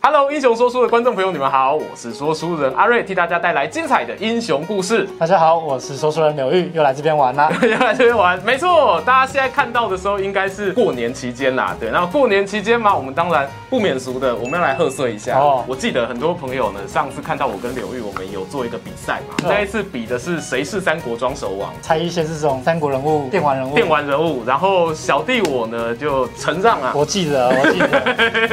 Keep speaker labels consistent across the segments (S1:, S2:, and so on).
S1: Hello，英雄说书的观众朋友，你们好，我是说书人阿瑞，替大家带来精彩的英雄故事。
S2: 大家好，我是说书人柳玉，又来这边玩啦。
S1: 要来这边玩，没错，大家现在看到的时候应该是过年期间啦，对，那过年期间嘛，我们当然不免俗的，我们要来贺岁一下。哦
S2: 哦，
S1: 我记得很多朋友呢，上次看到我跟柳玉，我们有做一个比赛
S2: 哦
S1: 嘛，那一次比的是谁是三国装手王。
S2: 猜一些这种三国人物、电玩人物。
S1: 电玩人物，然后小弟我呢就承让啊，
S2: 我 记得，我记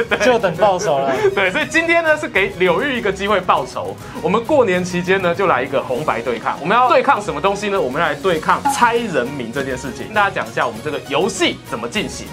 S2: 得，就等到手了。
S1: 对，所以今天呢是给柳玉一个机会报仇。我们过年期间呢就来一个红白对抗，我们要对抗什么东西呢？我们要来对抗猜人名这件事情。跟大家讲一下我们这个游戏怎么进行。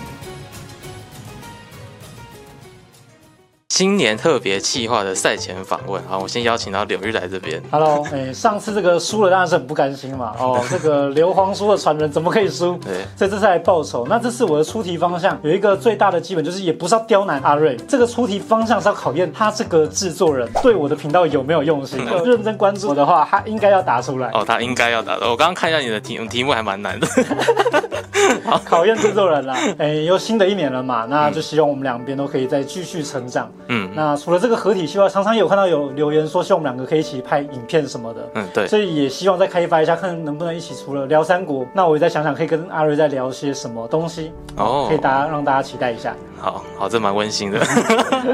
S3: 今年特别企划的赛前访问好，我先邀请到柳玉来这边。
S2: Hello，哎、上次这个输了当然是很不甘心嘛。哦，这个硫磺输的传人怎么可以输？
S3: 对
S2: 所以这次来报仇。那这次我的出题方向有一个最大的基本就是，也不是要刁难阿瑞，这个出题方向是要考验他这个制作人对我的频道有没有用
S1: 嗯
S2: 心。有认真关注我的话，他应该要答出来。
S3: 哦，他应该要打的。我刚刚看一下你的题题目还蛮难 的。好，
S2: 考验制作人 啦。哎、又新的一年了嘛，那就希望我们两边都可以再继续成长。
S3: 嗯
S2: 那除了这个合体计划，常常有看到有留言说希望我们两个可以一起拍影片什么的。
S3: 嗯，对，
S2: 所以也希望再开发一下，看能不能一起除了聊三国，那我也再想想可以跟阿瑞再聊些什么东西，
S3: 哦
S2: 可以大家让大家期待一下。
S3: 好好，这蛮温馨 的。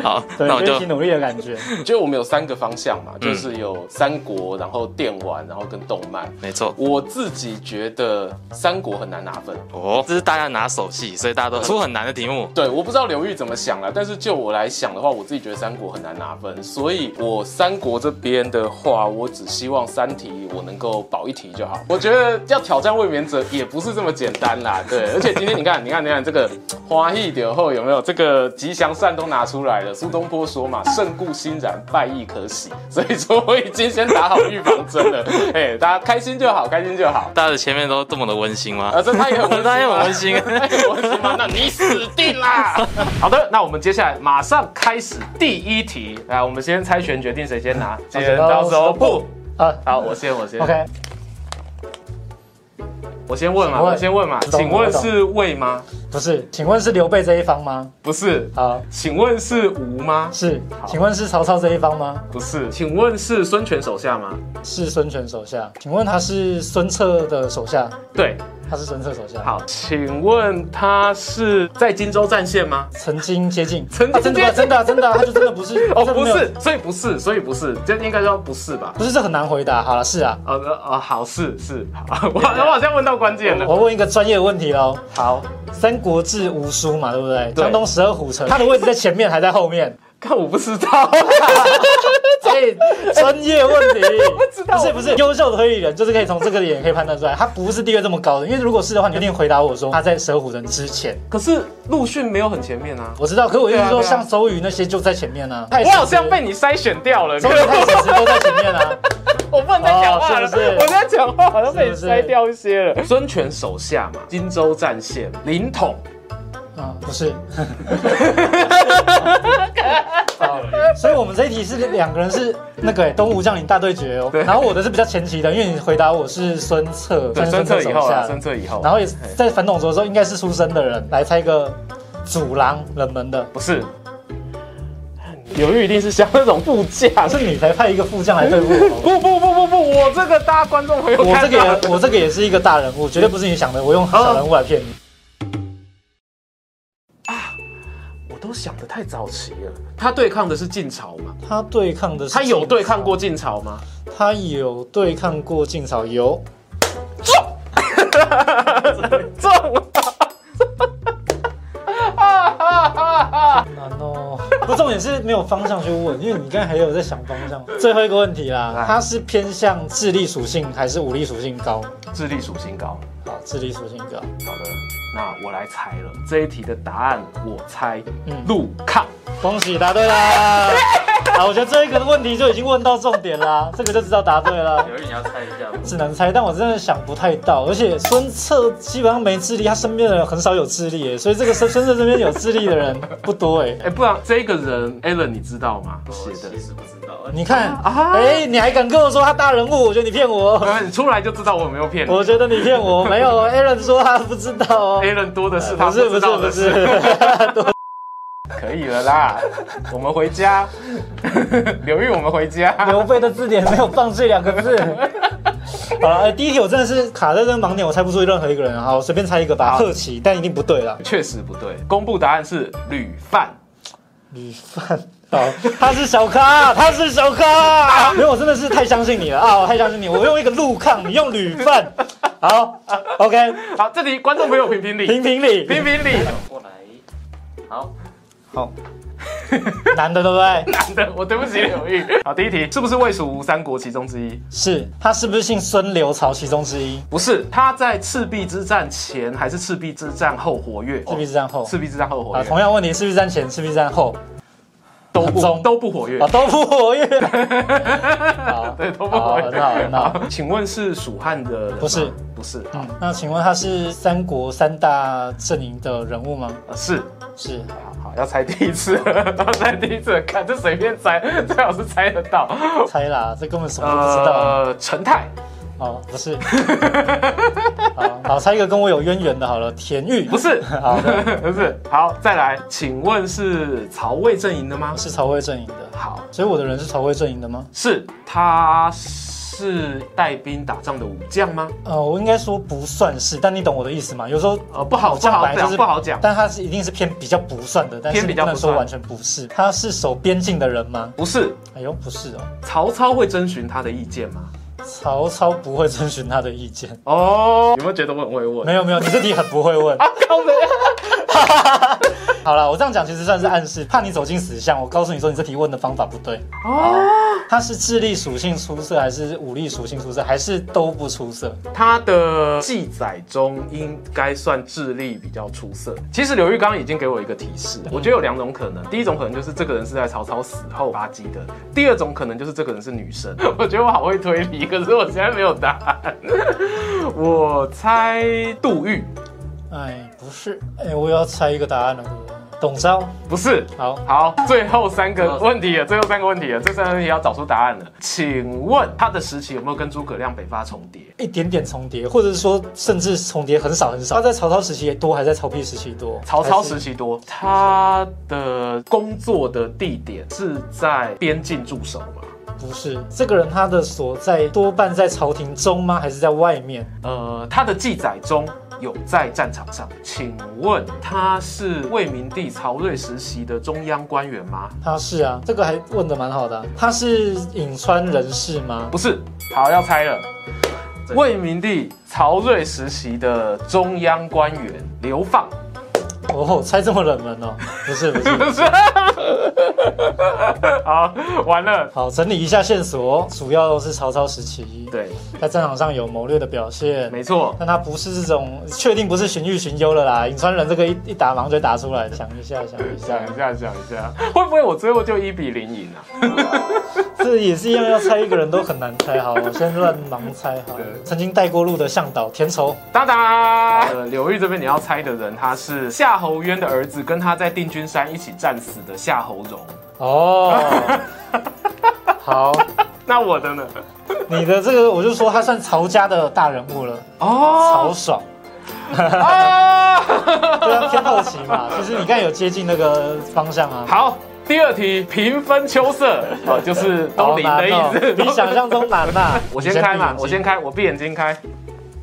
S3: 好，
S2: 对，
S3: 那我
S2: 就一
S3: 就
S2: 起努力的感觉。
S1: 我嗯觉得我们有三个方向嘛，就是有三国，然后电玩，然后跟动漫。
S3: 没错。
S1: 我自己觉得三国很难拿分。
S3: 哦，这是大家拿手戏，所以大家都出很难的题目。
S1: 对，我不知道刘玉怎么想啊啦，但是就我来想的话，我自己觉得三国很难拿分，所以我三国这边的话，我只希望三题我能够保一题就好。我觉得要挑战卫冕者也不是这么简单啦，对，而且今天你看，你看，你看这个花一点后有没有这个吉祥扇都拿出来了？苏东坡说嘛，胜固欣然，败亦可喜，所以说我已经先打好预防针了，哎，大家开心就好，开心就好。
S3: 大家的前面都这么的温馨吗？
S2: 呃
S1: 啊，这 他也很温馨
S3: 他也很温馨
S1: 他也很温馨啊吗？那你死定啦！ 好的，那我们接下来马上开始第一题，来，我们先猜拳决定谁先拿，剪刀石头布。
S2: 啊
S1: 好，我先，我先
S2: ，OK，
S1: 我先问嘛，
S2: 请问
S1: 我先问嘛，
S2: 我懂
S1: 请问
S2: 我懂
S1: 是魏吗？
S2: 不是，请问是刘备这一方吗？
S1: 不是，
S2: 好，
S1: 请问是吴吗？
S2: 是，请问是曹操这一方吗？
S1: 不是，请问是孙权手下吗？
S2: 是孙权手下，请问他是孙策的手下？
S1: 对，
S2: 他是孙策手下，，
S1: 好，请问他是在荆州战线吗？
S2: 曾经接 近，
S1: 曾经
S2: 啊真的啊
S1: 接近
S2: 真的啊真的啊，他就真的不 是
S1: 哦，
S2: 真的
S1: 不
S2: 没有
S1: 是，所以不是，所以不是，这应该说不是吧？
S2: 不是这很难回答。好了，是啊，
S1: 呃呃呃，好是是， 好我我好像问到关键了。
S2: 我问一个专业的问题喽，
S1: 好，
S2: 《三国志》吴书嘛，对不对？
S1: 对
S2: 江东十二虎城，他的位置在前面还在 后面？
S1: 看我不知 道，啊
S2: 哎，专业问 题，不
S1: 知道
S2: 是不是，优秀的推理人就是可以从这个点可以判断出啊来，他不是地位这么高的，因为如果是的话，你一定回答我说他在十二虎城之前。
S1: 可是陆逊没有很前面啊。
S2: 我知道，可是我意思
S1: 对
S2: 是
S1: 啊
S2: 说，
S1: 对啊
S2: 像周瑜那些就在前面啊，
S1: 我好像被
S2: 你
S1: 你筛选掉了，
S2: 周瑜太史实都在前面啊。
S1: 我不能再讲话了，
S2: 哦是不是
S1: 我在讲话好像被你
S2: 是不是
S1: 筛掉一些了。孙权手下嘛，荆州战线，凌统，
S2: 啊，不是。好，所以我们这一题是两个人是那个欸东吴将领大对决哦，然后我的是比较前期的，因为你回答我是孙策，
S1: 对，
S2: 算是
S1: 孙策以
S2: 手
S1: 后
S2: 下
S1: 啊，孙策以后，
S2: 然后也是在反董卓的时候应该是出生的人来猜一个主郎冷门的，
S1: 不是。刘玉一定是像那种副驾，
S2: 是你才派一个副将来对付 我。
S1: 不不不不不，我这个大家观众朋友
S2: 我这
S1: 看
S2: 个
S1: 到了，
S2: 也我这个也是一个大人物，绝对不是你想的，我用小人物来骗你。
S1: 哦我都想的太早期了。他对抗的是晋朝嘛？
S2: 他对抗的是
S1: 他有对抗过
S2: 晋
S1: 晋朝吗？
S2: 朝，他有对抗过晋朝，有
S1: 中了！
S2: 难哦。 不，重点是没有方向去问，因为你刚才还有在想方 向。最后一个问题啦，它是偏向智力属性还是武力属性高？
S1: 智力属性高。
S2: 好，智力属性高。
S1: 好的，那我来猜了。这一题的答案我猜
S2: 嗯
S1: 陆抗。
S2: 恭喜答对啦！啊，我觉得这一个问题就已经问到重点啦，这个就知道答对了。
S4: 有人你要猜一下吗？
S2: 只能猜，但我真的想不太到。而且孙策基本上没智力，他身边的人很少有智力耶，所以这个孙孙策身边有智力的人不多哎。
S1: 哎、不然这个人 Alan 你知道吗？写的
S4: 其，实不知道，
S2: 你看，哎、你还敢跟我说他大人物？我觉得你骗我，
S1: 呃你出来就知道我有没有骗你。
S2: 我觉得你骗我， 没有，Aaron 说他不知道哦。
S1: Alan 多的是他
S2: 不是
S1: 知
S2: 不是
S1: 道
S2: 不
S1: 的
S2: 是
S1: 事，，
S2: 多
S1: 可以了啦，我们回家， 刘玉，我们回家。
S2: 刘备的字典没有放这两个 字。好了、哎第一题我真的是卡在这个盲点，我猜不出任何一个人啊。好，我随便猜一个吧，贺奇，但一定不 对了。
S1: 确实不对，公布答案是吕范。
S2: 吕范。好，他是 小咖，他是小咖。没有，我真的是太相信你了啊！我太相信你，我用一个陆抗，你用吕 范。好，OK，
S1: 好，这里观众朋友评评理，
S2: 评评理，
S1: 评评理。
S4: 过来，好，
S2: 好，男的对不对？
S1: 男的，我对不起刘 玉。好，第一题是不是魏蜀吴三国其中之一？
S2: 是他是不是姓孙、刘、曹其中之一？
S1: 不是，他在赤壁之战前还是赤壁之战后活跃？哦
S2: 赤壁之战后
S1: 赤壁之战后活
S2: 啊，同
S1: 跃，
S2: 样问题，赤壁之战前、赤壁之战后
S1: 都不
S2: 中
S1: 都不活跃
S2: 啊，。都不活跃。好，
S1: 对，都不活跃。
S2: 好很好很好。
S1: 请问是蜀汉的人吗？
S2: 不是，
S1: 不是，
S2: 嗯，那请问他是三国三大阵营的人物吗？
S1: 呃是。
S2: 是。
S1: 好好，要猜第一次， 要猜第一次，看这随便猜，最好是猜得到。
S2: 猜啦，这根本什么都不知道。
S1: 呃，陈泰，
S2: 哦，不是。 好，好，猜一个跟我有渊源的，好了，田玉
S1: 不是，
S2: 好的
S1: 不是。好，再来，请问是曹魏阵营的吗？
S2: 是曹魏阵营的，
S1: 好，
S2: 所以我的人是曹魏阵营的吗？
S1: 是他是带兵打仗的武将吗？
S2: 呃，我应该说不算是，但你懂我的意思吗？有时候
S1: 呃，不好，
S2: 武
S1: 不
S2: 将
S1: 好
S2: 本来就
S1: 讲，
S2: 是
S1: 不好讲。
S2: 但他是一定是偏比较不算的，但是
S1: 偏比
S2: 你
S1: 较
S2: 不
S1: 不
S2: 能说
S1: 算
S2: 完全不是。他是守边境的人吗？
S1: 不是，
S2: 哎呦，不是哦，
S1: 曹操会征询他的意见吗？
S2: 曹操不会征询他的意见。
S1: 哦，有没有觉得我很会问？
S2: 没有没有，你这题很不会问。
S1: 靠北
S2: 好了，我这样讲其实算是暗示，怕你走进死巷。我告诉你说，你这题问的方法不对。
S1: 哦，
S2: 他是智力属性出色，还是武力属性出色，还是都不出色？
S1: 他的记载中应该算智力比较出色。其实刘玉刚刚已经给我一个提示，我觉得有两种可能，第一种可能就是这个人是在曹操死后发迹的，第二种可能就是这个人是女生。 我觉得我好会推理，可是我现在没有答案。 我猜杜玉
S2: 哎，不是，哎，我要猜一个答案了，对不对？董昭，
S1: 不是。
S2: 好，
S1: 好，最后三个问题了，最后三个问题了，这三个问题要找出答案了。请问他的时期有没有跟诸葛亮北伐重叠？
S2: 一点点重叠，或者是说甚至重叠很少很少。他在曹操时期也多，还在曹丕时期多？
S1: 曹操
S2: 还
S1: 时
S2: 是
S1: 期多，他的工作的地点是在边境驻守吗？
S2: 不是这个人，他的所在多半在朝廷中吗？还是在外面？
S1: 呃，他的记载中有在战场上。请问他是魏明帝曹睿时期的中央官员吗？
S2: 他是啊，这个还问的蛮好的啊、他是颍川人士吗？
S1: 不是，好，要猜了。魏明帝曹睿时期的中央官员流放，
S2: 哦，猜这么冷门哦？不是不 是。
S1: 不是？ 好，完了。
S2: 好，整理一下线索，哦主要是曹操时期，
S1: 对，
S2: 在战场上有谋略的表现。
S1: 没错，
S2: 但他不是这种，确定不是荀彧、荀攸了啦。颍川人这个一一打盲就打出来，想一下，想一下
S1: 想，一下，想一下，会不会我最后就一比零赢啊？
S2: 这也是一样，要猜一个人都很难猜。好，我先乱盲猜好了。曾经带过路的向导田畴，
S1: 当当，呃，刘裕这边你要猜的人，他是夏侯渊的儿子，跟他在定军山一起战死的夏侯荣。
S2: 哦，好，
S1: 那我的呢？
S2: 你的这个我就说他算曹家的大人物了，曹
S1: 哦，
S2: 爽。
S1: 啊，
S2: 对啊，偏好奇 嘛。其实你刚才有接近那个方向啊。
S1: 好，第二题平分秋色，哦，就是都零的意
S2: 好难
S1: 思
S2: 哦。比想象中难呐、
S1: 我先开嘛，
S2: 你
S1: 我
S2: 闭眼睛
S1: 先开，我闭眼睛开。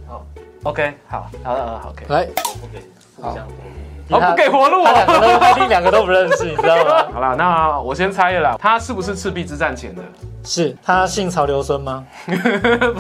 S1: 好，OK，好，好，呃，好，OK。哦
S2: 来，
S4: 我不给互相公平。
S1: 好，不给活路
S2: 他两个都
S1: 哦。
S2: 他一定两个都不认识，你知道吗？
S1: 好啦，那我先猜了啦，他是不是赤壁之战前的？
S2: 是他姓曹刘孙吗？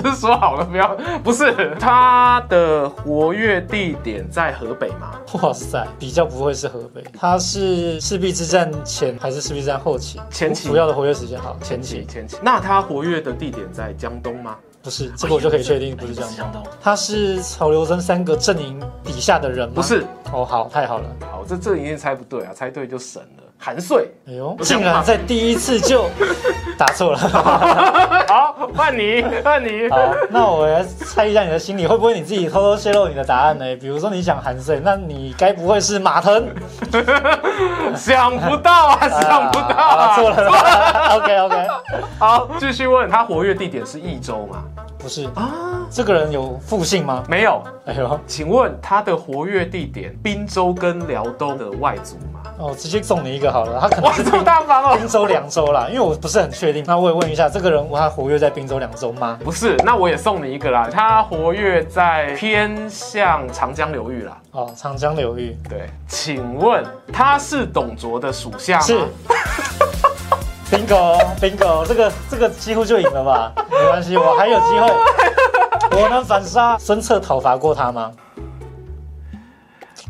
S1: 不是说好了不要？不是，他的活跃地点在河北吗？
S2: 哇塞，比较不会是河北，他是赤壁之战前还是赤壁之战后期？
S1: 前期
S2: 主要的活跃时间好，前期
S1: 前期。那他活跃的地点在江东吗？
S2: 不是这个我就可以确定不是这
S1: 啊
S2: 样。
S4: 想到
S2: 他是曹刘孙三个阵营底下的人吗？
S1: 不是。
S2: 哦，好，太好了，
S1: 好，这这一定猜不对啊，猜对就神了。含税。
S2: 哎呦，
S1: 我想
S2: 竟然在第一次就打错 了。
S1: 好，换你，换你。
S2: 好，那我来猜一下你的心理，会不会你自己偷偷泄露你的答案呢？比如说你想含税，那你该不会是马腾？
S1: 想不到啊， 想不到
S2: 啊
S1: 啊，
S2: 好了错了 啦。OK OK，
S1: 好，继续问他活跃地点是益州吗？
S2: 不是，
S1: 啊，
S2: 这个人有复姓吗？
S1: 没有。
S2: 哎呦，
S1: 请问他的活跃地点滨州跟辽东的外族吗？
S2: 哦，直接送你一个好了，他可能
S1: 哇，
S2: 是
S1: 这么大方哦！
S2: 滨州两州啦，因为我不是很确定。那我也问一下，这个人物他活跃在滨州两州吗？
S1: 不是，那我也送你一个啦。他活跃在偏向长江流域啦。
S2: 哦，长江流域
S1: 对，请问他是董卓的属下吗？
S2: 是。bingo bingo，这个这个几乎就赢 了吧？没关系，我还有机
S1: 哦
S2: 会，我能反杀。孙策讨伐过他吗？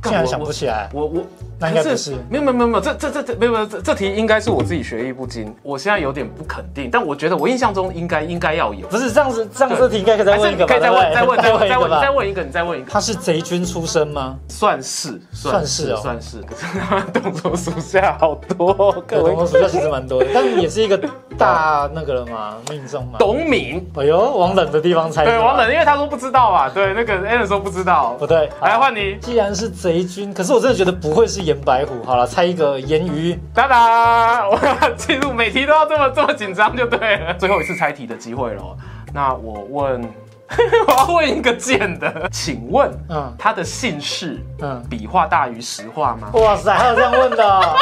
S1: 干
S2: 竟然
S1: 我
S2: 想不起来。
S1: 我我
S2: 那应该不是
S1: 没有没有没有没有，这这这这没有没有这这题应该是我自己学艺不精，我现在有点不肯定，但我觉得我印象中应该应该要有。
S2: 不是这样子，这样这题应该可以再
S1: 还是
S2: 问一
S1: 你
S2: 个吧？
S1: 可以再问再
S2: 对不
S1: 问
S2: 对
S1: 再问
S2: 一
S1: 再
S2: 个
S1: 问
S2: 吧
S1: 再问一个，你再问一个，
S2: 他是贼军出身吗？
S1: 算是
S2: 算是哦
S1: 算是，可是 他董卓属下好多哦，各
S2: 我
S1: 位
S2: 我暑假其实蛮多的，但也是一个大那个了嘛，命中嘛。
S1: 董敏，
S2: 哎呦，往冷的地方猜。
S1: 对王冷，因为他说不知道嘛，对那个 a l n 说不知道
S2: 不，对，
S1: 来换你，
S2: 既然是贼军，可是我真的觉得不会是颜白虎。好了，猜一个颜鱼。
S1: 哒哒， 我要进入每题都要这么这么紧张就对了，最后一次猜题的机会了。那我问， 我要问一个贱的，请问，
S2: 嗯
S1: 他的姓氏，嗯
S2: 嗯，
S1: 笔画大于实画吗？
S2: 哇塞，还有这样问 的哦、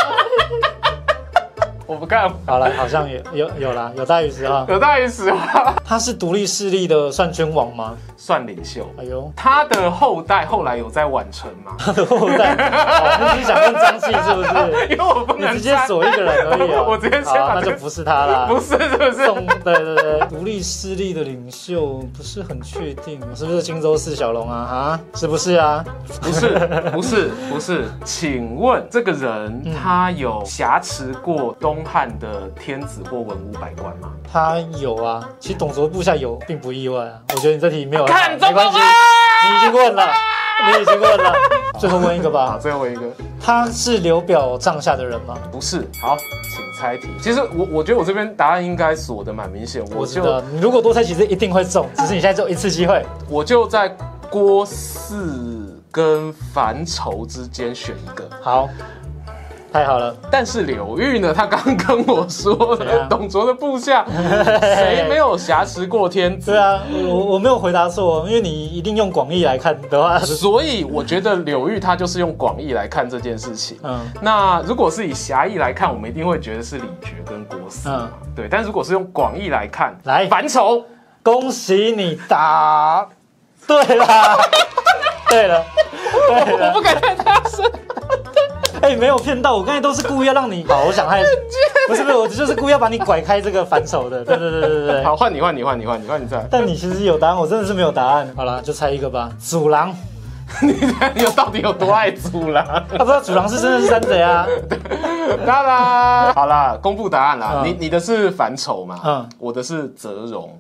S1: 我不看，
S2: 好了，好像有有有啦，有大于 十号。
S1: 有大于实画，
S2: 他是独立势力的算君王吗？
S1: 算领袖。
S2: 哎呦，
S1: 他的后代后来有在宛城 吗？
S2: 他的后代，哦、你是想问张继是 不是？
S1: 因为我不
S2: 你
S1: 能
S2: 直接
S1: 猜
S2: 锁一个人而已、哦。
S1: 我我直接先
S2: 好
S1: 把
S2: 那
S1: 这
S2: 就
S1: 个
S2: 不是他啦。
S1: 不是是不
S2: 宋
S1: 是？
S2: 对对对，独立势力的领袖不是很确定，是不是荆州四小龙啊？啊，是不是啊？
S1: 不是 不是不是，请问这个人他有挟持过东汉的天子或文武百官吗？
S2: 他有啊，其实董卓部下有，并不意外啊。我觉得你这题没有很好，
S1: 看中
S2: 没
S1: 国
S2: 关系，你已经问了，你已经问了。最后问一个
S1: 好，
S2: 吧，
S1: 啊最后一个
S2: 他是刘表帐下的人吗？
S1: 不是。好，请猜题。其实我我觉得我这边答案应该锁的蛮明显，我
S2: 我知
S1: 就啊
S2: 道，你如果多猜几次一定会中，只是你现在只有一次机会。
S1: 我就在郭汜跟樊稠之间选一个。
S2: 好，太好了，
S1: 但是刘裕呢，他刚跟我说
S2: 怎
S1: 了，
S2: 样
S1: 董卓的部 下谁没有挟持过天子？
S2: 对啊，我我没有回答错哦，因为你一定用广义来看 的话，
S1: 所以我觉得刘裕他就是用广义来看这件事情。
S2: 嗯，
S1: 那如果是以狭义来看，我们一定会觉得是李傕跟郭汜嘛，对。但如果是用广义嗯来啊看，
S2: 来
S1: 樊稠，
S2: 恭喜你答对 啦，对了，对
S1: 我
S2: 了，
S1: 不敢太大声。
S2: 哎、没有骗到，我刚才都是故意要让你好，我 想害，不是不是，我就是故意要把你拐开这个反手的，对对对对对 对。
S1: 好，换你，换你，换你，换你，换你再来。
S2: 但你其实有答案，我真的是没有答案。好了，就猜一个吧。主狼，
S1: 你你有到底有多爱猪 啦？
S2: 啊他、不知道主狼是真的是山贼啊？
S1: 哒啦，好啦，公布答案啦。
S2: 嗯
S1: 你你的是樊稠嘛？嗯
S2: 嗯，
S1: 我的是泽荣。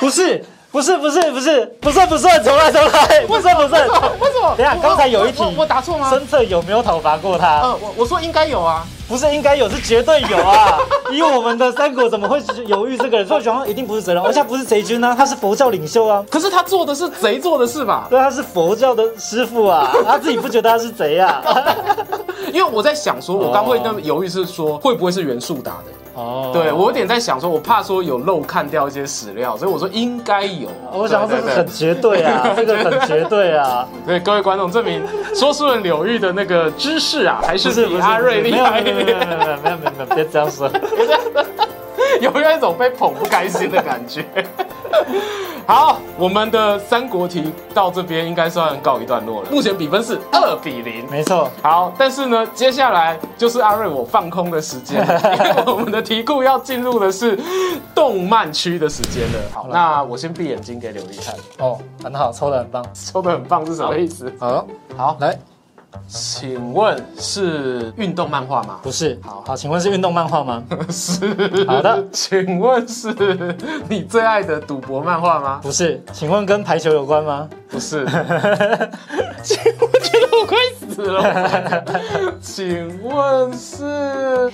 S2: 不是，不是，不是，不是，不是，不是，重来，重来，不是，不是。
S1: 为什么？
S2: 等一下，
S1: 我
S2: 刚才有一题
S1: 我我我答错吗？
S2: 孙策有没有讨伐过他？
S1: 呃，我我说应该有啊。
S2: 不是应该有，是绝对有 啊！以我们的三国怎么会犹豫这个人？所以皇上一定不是贼人，而且他不是贼军啊，他是佛教领袖啊，
S1: 可是他做的是贼做的事吧？
S2: 对，啊他是佛教的师傅啊，他自己不觉得他是贼啊。
S1: 因为我在想说，我刚会那么犹豫是说会不会是袁术打的？
S2: 哦，
S1: 对我有点在想说，我怕说有漏看掉一些史料，所以我说应该有。
S2: 我想
S1: 对
S2: 这
S1: 对
S2: 个很绝对啊，这个很绝对啊，
S1: 对对各位观众，证明说书人柳玉的那个知识啊，还是
S2: 不是
S1: 比
S2: 不是，
S1: 阿瑞
S2: 没
S1: 厉
S2: 有
S1: 啊害一
S2: 没有没有没有没
S1: 点。
S2: 有没有没有，别这样说。
S1: 有没有一种被捧不开心的感觉？ 好，我们的三国题到这边应该算告一段落了。目前比分是二比零。
S2: 没错，
S1: 好，但是呢，接下来就是阿瑞我放空的时 间，因为我们的题库要进入的是动漫区的时间了。好，那我先闭眼睛给柳毅看，
S2: 哦，很好，抽的很棒。
S1: 抽的很棒是什么意思？
S2: 好，好，来，
S1: 请问是运动漫画 吗？
S2: 不是，
S1: 好
S2: 好，请问是运动漫画吗？
S1: 是。
S2: 好的
S1: 请问是你最爱的赌博漫画吗？
S2: 不是，请问跟排球有关吗？
S1: 不是。
S2: 我觉得我快死
S1: 子了。 请问是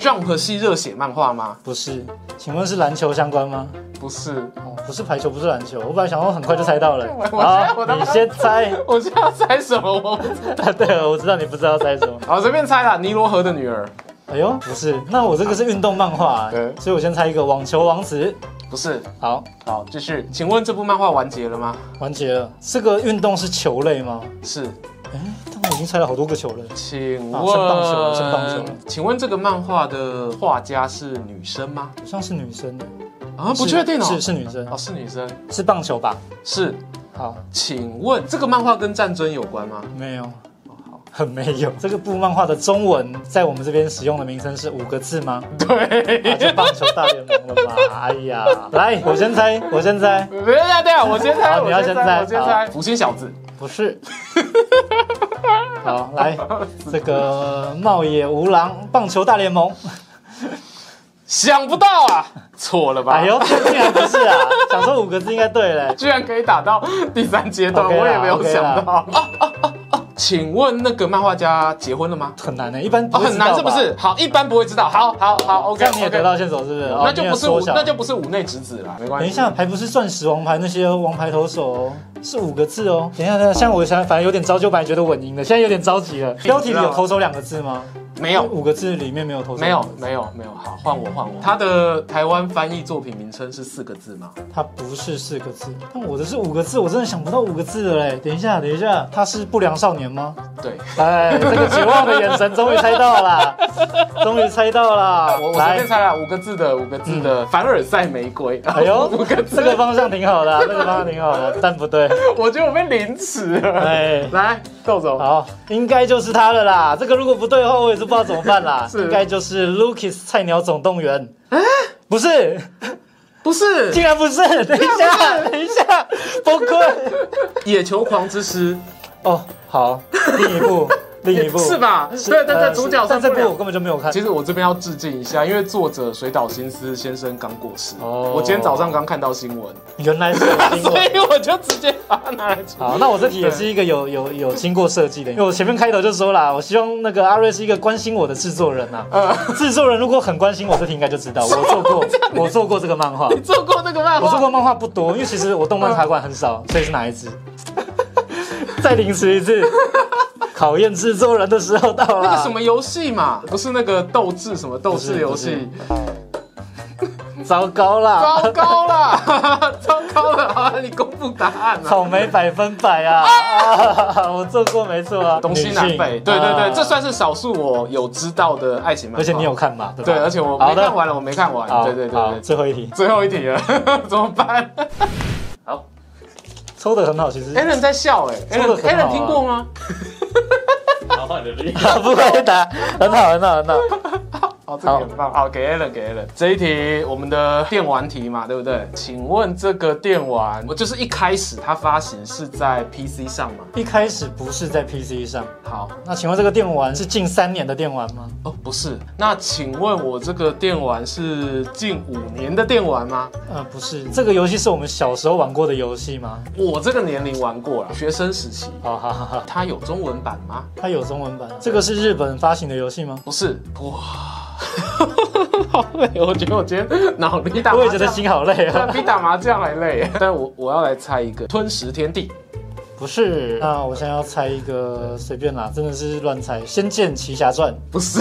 S1: Jump 系热血漫画吗？
S2: 不是，请问是篮球相关吗？
S1: 不是，
S2: 哦，不是排球，不是篮球。我本来想说很快就猜到了
S1: 我，我
S2: 好
S1: 我他，妈
S2: 你先猜。
S1: 我现在要猜什么？我不知道
S2: 对了，我知道你不知道猜什么。
S1: 好，随便猜啦。尼罗河的女儿
S2: 哎呦，不是，那我这个是运动漫画、
S1: 对
S2: 所以我先猜一个网球王子。
S1: 不是。
S2: 好，
S1: 好，继续。请问这部漫画完结了吗？
S2: 完结了。这个运动是球类吗？
S1: 是。
S2: 哎，但我已经猜了好多个球了。
S1: 请
S2: 啊剩棒球了剩棒球了
S1: 问，请问这个漫画的画家是女生吗？
S2: 好像是女生的，
S1: 啊，不
S2: 是
S1: 确定哦。
S2: 是是女生，
S1: 哦，是女生。
S2: 是棒球吧？
S1: 是。
S2: 好，
S1: 请问这个漫画跟战争有关吗？
S2: 没有，
S1: 哦
S2: 很没有。 这个部漫画的中文在我们这边使用的名称是五个字 吗？对，啊、就棒球大联盟了嘛。哎呀，来，我先猜，我先猜，
S1: 对对对，我先猜，
S2: 好
S1: 我
S2: 你要先猜
S1: 我先猜。福星小子，
S2: 不是。好，来，这个茂野无郎棒球大联盟。
S1: 想不到啊，错了吧？
S2: 哎呦，这竟然不是啊！想说五个字应该对嘞。
S1: 居然可以打到第三阶段
S2: OK 啦
S1: 我也没有
S2: OK 啦
S1: 想到。啊啊啊啊！请问那个漫画家结婚了吗？
S2: 很难欸呢，一般不
S1: 哦，
S2: 会
S1: 很
S2: 知道吧
S1: 难是不是？？好，一般不会知道。好好好
S2: 这
S1: ，OK
S2: 样你也得
S1: OK。
S2: 到线索是不是？哦
S1: 那就不是
S2: 你也
S1: 五
S2: 缩，小
S1: 那就不是五内直子啦，没关系。
S2: 等一下，还不是钻石王牌那些王牌投手哦，是五个字哦。等一下，等一下，像我想，反正有点着急，我本来觉得稳赢的，现在有点着 急了。标题里有投手两个字吗？
S1: 没有，
S2: 五个字里面没有投手。
S1: 没有，，没有，没有。好，换我，换我。他的台湾翻译作品名称是四个字吗？
S2: 它不是四个字。但我的是五个字，我真的想不到五个字了嘞。等一下，等一下，他是不良少年吗？
S1: 对，
S2: 哎，这个绝望的眼神终于猜到了，终于猜到了。
S1: 我我随
S2: 来
S1: 便，猜啦，五个字的，五个字的凡尔赛玫瑰。
S2: 哎 呦
S1: 五个，
S2: 这
S1: 字，
S2: 个方向挺好的啊，这个方向挺好的，但不对。
S1: 我觉得我被凌迟了。
S2: 哎，
S1: 来，豆总，
S2: 好，应该就是他了啦。这个如果不对的话，我也是不知道怎么办啦。
S1: 是啊
S2: 应该就是 Lucas 菜鸟总动员。不是，
S1: 不是
S2: 竟然 不是！等一下，等一下，崩溃！
S1: 野球狂之诗，
S2: 哦，好，另一部，另一 部
S1: 是？吧？
S2: 是
S1: 对对
S2: 呃
S1: 对，主角上
S2: 但这
S1: 不
S2: 部我
S1: 了。
S2: 根本就没有看
S1: 其。实我这边要致敬一下，因为作者水岛新司先生刚过世，
S2: 哦
S1: 我今天早上刚看到新闻，
S2: 原来是有 新
S1: 所
S2: 闻。
S1: 以我就直接把它拿来出。
S2: 好，那我这题也是一个有有有经过设计的，因为我前面开头就说啦，我希望那个阿瑞是一个关心我的制作人呐、
S1: 嗯
S2: 啊。 制作人如果很关心我，这题应该就知道，我 做过，我做过这个漫画。
S1: 你做过这个漫
S2: 我做
S1: 画？嗯
S2: 过漫画不多，因为其实我动漫茶馆很少，所以是哪一支？ 再临时一次， 考验制作人的时候到了。
S1: 那个什么游戏嘛，不是那个斗智什么斗
S2: 不是
S1: 智游戏，？
S2: 不是糟糕啦！
S1: 糟糕啦，糟糕了，好了，你公布答案了。
S2: 草莓百分百啊！啊 我做过没错啊，
S1: 哎东西南
S2: 女
S1: 北，
S2: 性
S1: 对对对，这。
S2: 啊
S1: 算是少数我有知道的爱情漫画。
S2: 而且你有看吧？对吧
S1: 对，而且我
S2: 好
S1: 没
S2: 的
S1: 看完了，我没看完。
S2: 好
S1: 对对
S2: 好
S1: 对对，
S2: 最后一题
S1: 最后一题了， 怎么办
S4: 好，
S2: 抽的很好，其实。
S1: ？Allen 在笑哎
S2: 说得很好啊
S1: ，Allen，Allen 听过吗？
S4: 好换你的绿。
S2: 不回答，很好，很好，很好。
S1: 好，哦这个很棒。好，给 Allen，给 Allen。这一题我们的电玩题嘛，对不对？请问这个电玩，我就是一开始它发行是在 PC 上吗？
S2: 一开始不是在 PC 上，
S1: 好，
S2: 那请问这个电玩是近三年的电玩吗？
S1: 哦，不是。那请问我这个电玩是近五年的电玩吗？
S2: 呃，不是，这个游戏是我们小时候玩过的游戏吗？
S1: 我这个年龄玩过了，学生时期。
S2: 好好好好，
S1: 它有中文版吗？
S2: 它有中文版。这个是日本发行的游戏吗？
S1: 不是，哇， 好累，我觉得我今天脑力打麻将，
S2: 我也觉得 心好累
S1: 对
S2: 啊。
S1: 比打麻将还累。但我我要来猜一个吞食天地，
S2: 不是，那我现在要猜一个，随便啦，真的是乱猜。《仙剑奇侠传
S1: 不是。》，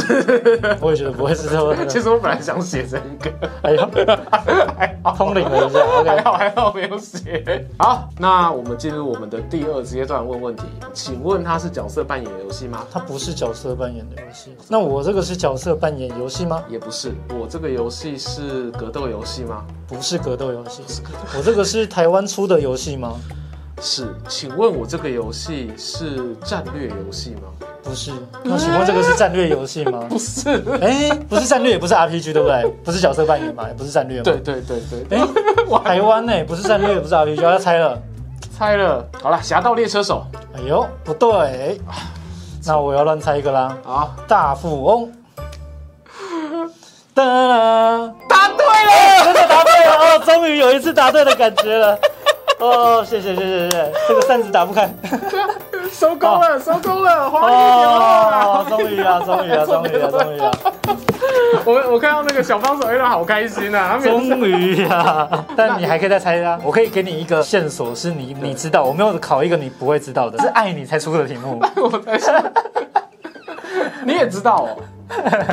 S2: 我也觉得不会是这 个。
S1: 其实我本来想写这一个，
S2: 哎呦，
S1: 还好
S2: 通灵了一下
S1: 还
S2: ，OK。
S1: 好还好没有写。好，那我们进入我们的第二阶段问问题，请问它是角色扮演游戏吗？
S2: 它不是角色扮演的游戏，那我这个是角色扮演游戏吗？
S1: 也不是，我这个游戏是格斗游戏吗？
S2: 不是格斗游戏，我这个是台湾出的游戏吗？
S1: 是，请问我这个游戏是战略游戏吗？
S2: 不是，那请问这个是战略游戏吗？
S1: 不是，
S2: 哎，不是战略，也不是 RPG，对不对？不是角色扮演嘛，也不是战略嘛。
S1: 对对对对对，
S2: 哎，台湾呢、不是战略，不是 RPG，要猜了。
S1: 猜了。好了，《侠盗猎车手
S2: 哎呦，不对，那我要乱猜一个啦》。
S1: 好，
S2: 大富翁， 哒啦，
S1: 答对了。
S2: 哎真的答对了哦，终于有一次答对的感觉了。哦， 谢谢谢谢谢谢，这个扇子打不开。
S1: 收工了，收工了，黄鱼牛。
S2: 哦终于啊，终 于啊，终于啊，终于啊，
S1: 我我看到那个小帮手 A 好开心啊，他每次
S2: 终 于啊！但你还可以再猜啊，我可以给你一个线索，是你你知道，我没有考一个你不会知道的，是爱你才出的题 目。
S1: 我在想，你也知道哦，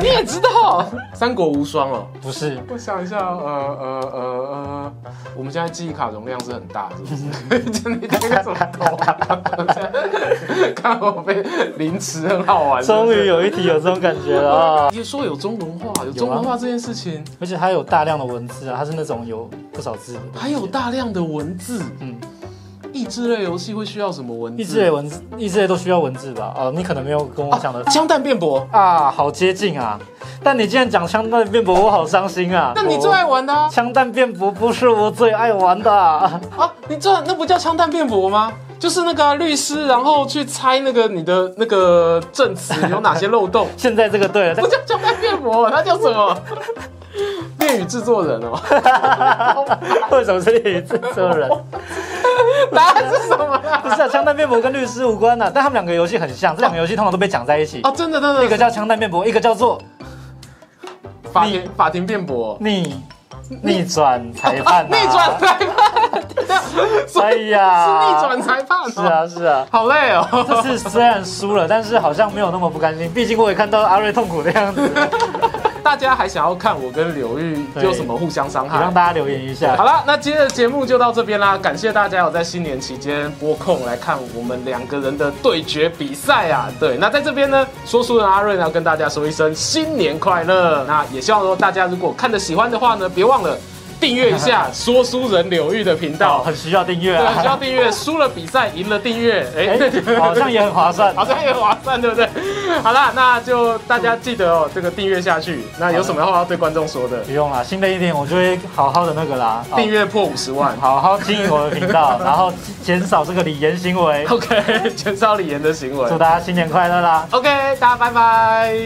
S1: 你也知道，三国无双哦。
S2: 不是，
S1: 我想一下，呃呃呃呃，我们现在记忆卡容量是很大，是不是？就你这个什么头啊？看我被凌迟，很好玩。
S2: 终于有一题有这种感觉了啊！
S1: 也说有中文化，有中文化这件事情，
S2: 而且它有大量的文字啊，它是那种有不少字的东西。
S1: 还有大量的文字。
S2: 嗯，
S1: 益智类游戏会需要什么文字？
S2: 益智类文字，益智类都需要文字吧？哦，你可能没有跟我想的
S1: 啊枪弹辩驳。
S2: 啊，好接近啊！但你竟然讲枪弹辩驳，我好伤心啊！
S1: 那你最爱玩的啊
S2: 我？枪弹辩驳不是我最爱玩的啊，，
S1: 啊，你这那不叫枪弹辩驳吗？就是那个啊、律师，然后去猜那个你的那个证词有哪些漏洞
S2: 现在这个对了，
S1: 不叫枪弹辩驳，那叫什 么？恋与制作人哦，
S2: 为什么是你制作人？
S1: 答案是什么啊？
S2: 不是啊，枪弹辩驳跟律师无关的、啊但他们两个游戏很像，这两个游戏通常都被讲在一起，
S1: 啊，真的真的，
S2: 一个叫枪弹辩驳，一个叫做
S1: 法
S2: 你
S1: 庭法庭辩驳，
S2: 逆逆转裁
S1: 啊，
S2: 判、啊，
S1: 逆转裁判，对啊所
S2: 哎
S1: 以
S2: 呀，
S1: 是逆转裁判、哦，
S2: 是，啊是啊。
S1: 好累哦。
S2: 这次虽然输了，但是好像没有那么不甘心，毕竟我也看到阿瑞痛苦的 样子，
S1: 大家还想要看我跟刘玉
S2: 对
S1: 有什么互相伤
S2: 也让
S1: 害？
S2: 大家留言一下
S1: 好。了，那今天的节目就到这边啦，感谢大家有在新年期间拨空来看我们两个人的对决比赛啊。对，那在这边呢，说书人阿瑞呢要跟大家说一声新年快乐。那也希望说大家如果看的喜欢的话呢，别忘了订阅一 下说书人刘玉的频
S2: 哦，
S1: 道，
S2: 很需要订阅
S1: 对，很需要
S2: 啊，
S1: 订阅，输了比赛，赢了订阅， 哎、
S2: 哎，好像也很划算。
S1: 好像也划算，对不对？好啦，那就大家记得哦，这个订阅下去。那有什么话要对观众说的？
S2: 不用啦，新的一年我就会好好的那个啦，哦
S1: 订阅破五十万。
S2: 好好经营我的频道，然后减少这个礼言行为。
S1: OK，减少李岩的行为
S2: 祝。大家新年快乐啦！
S1: OK，大家拜拜。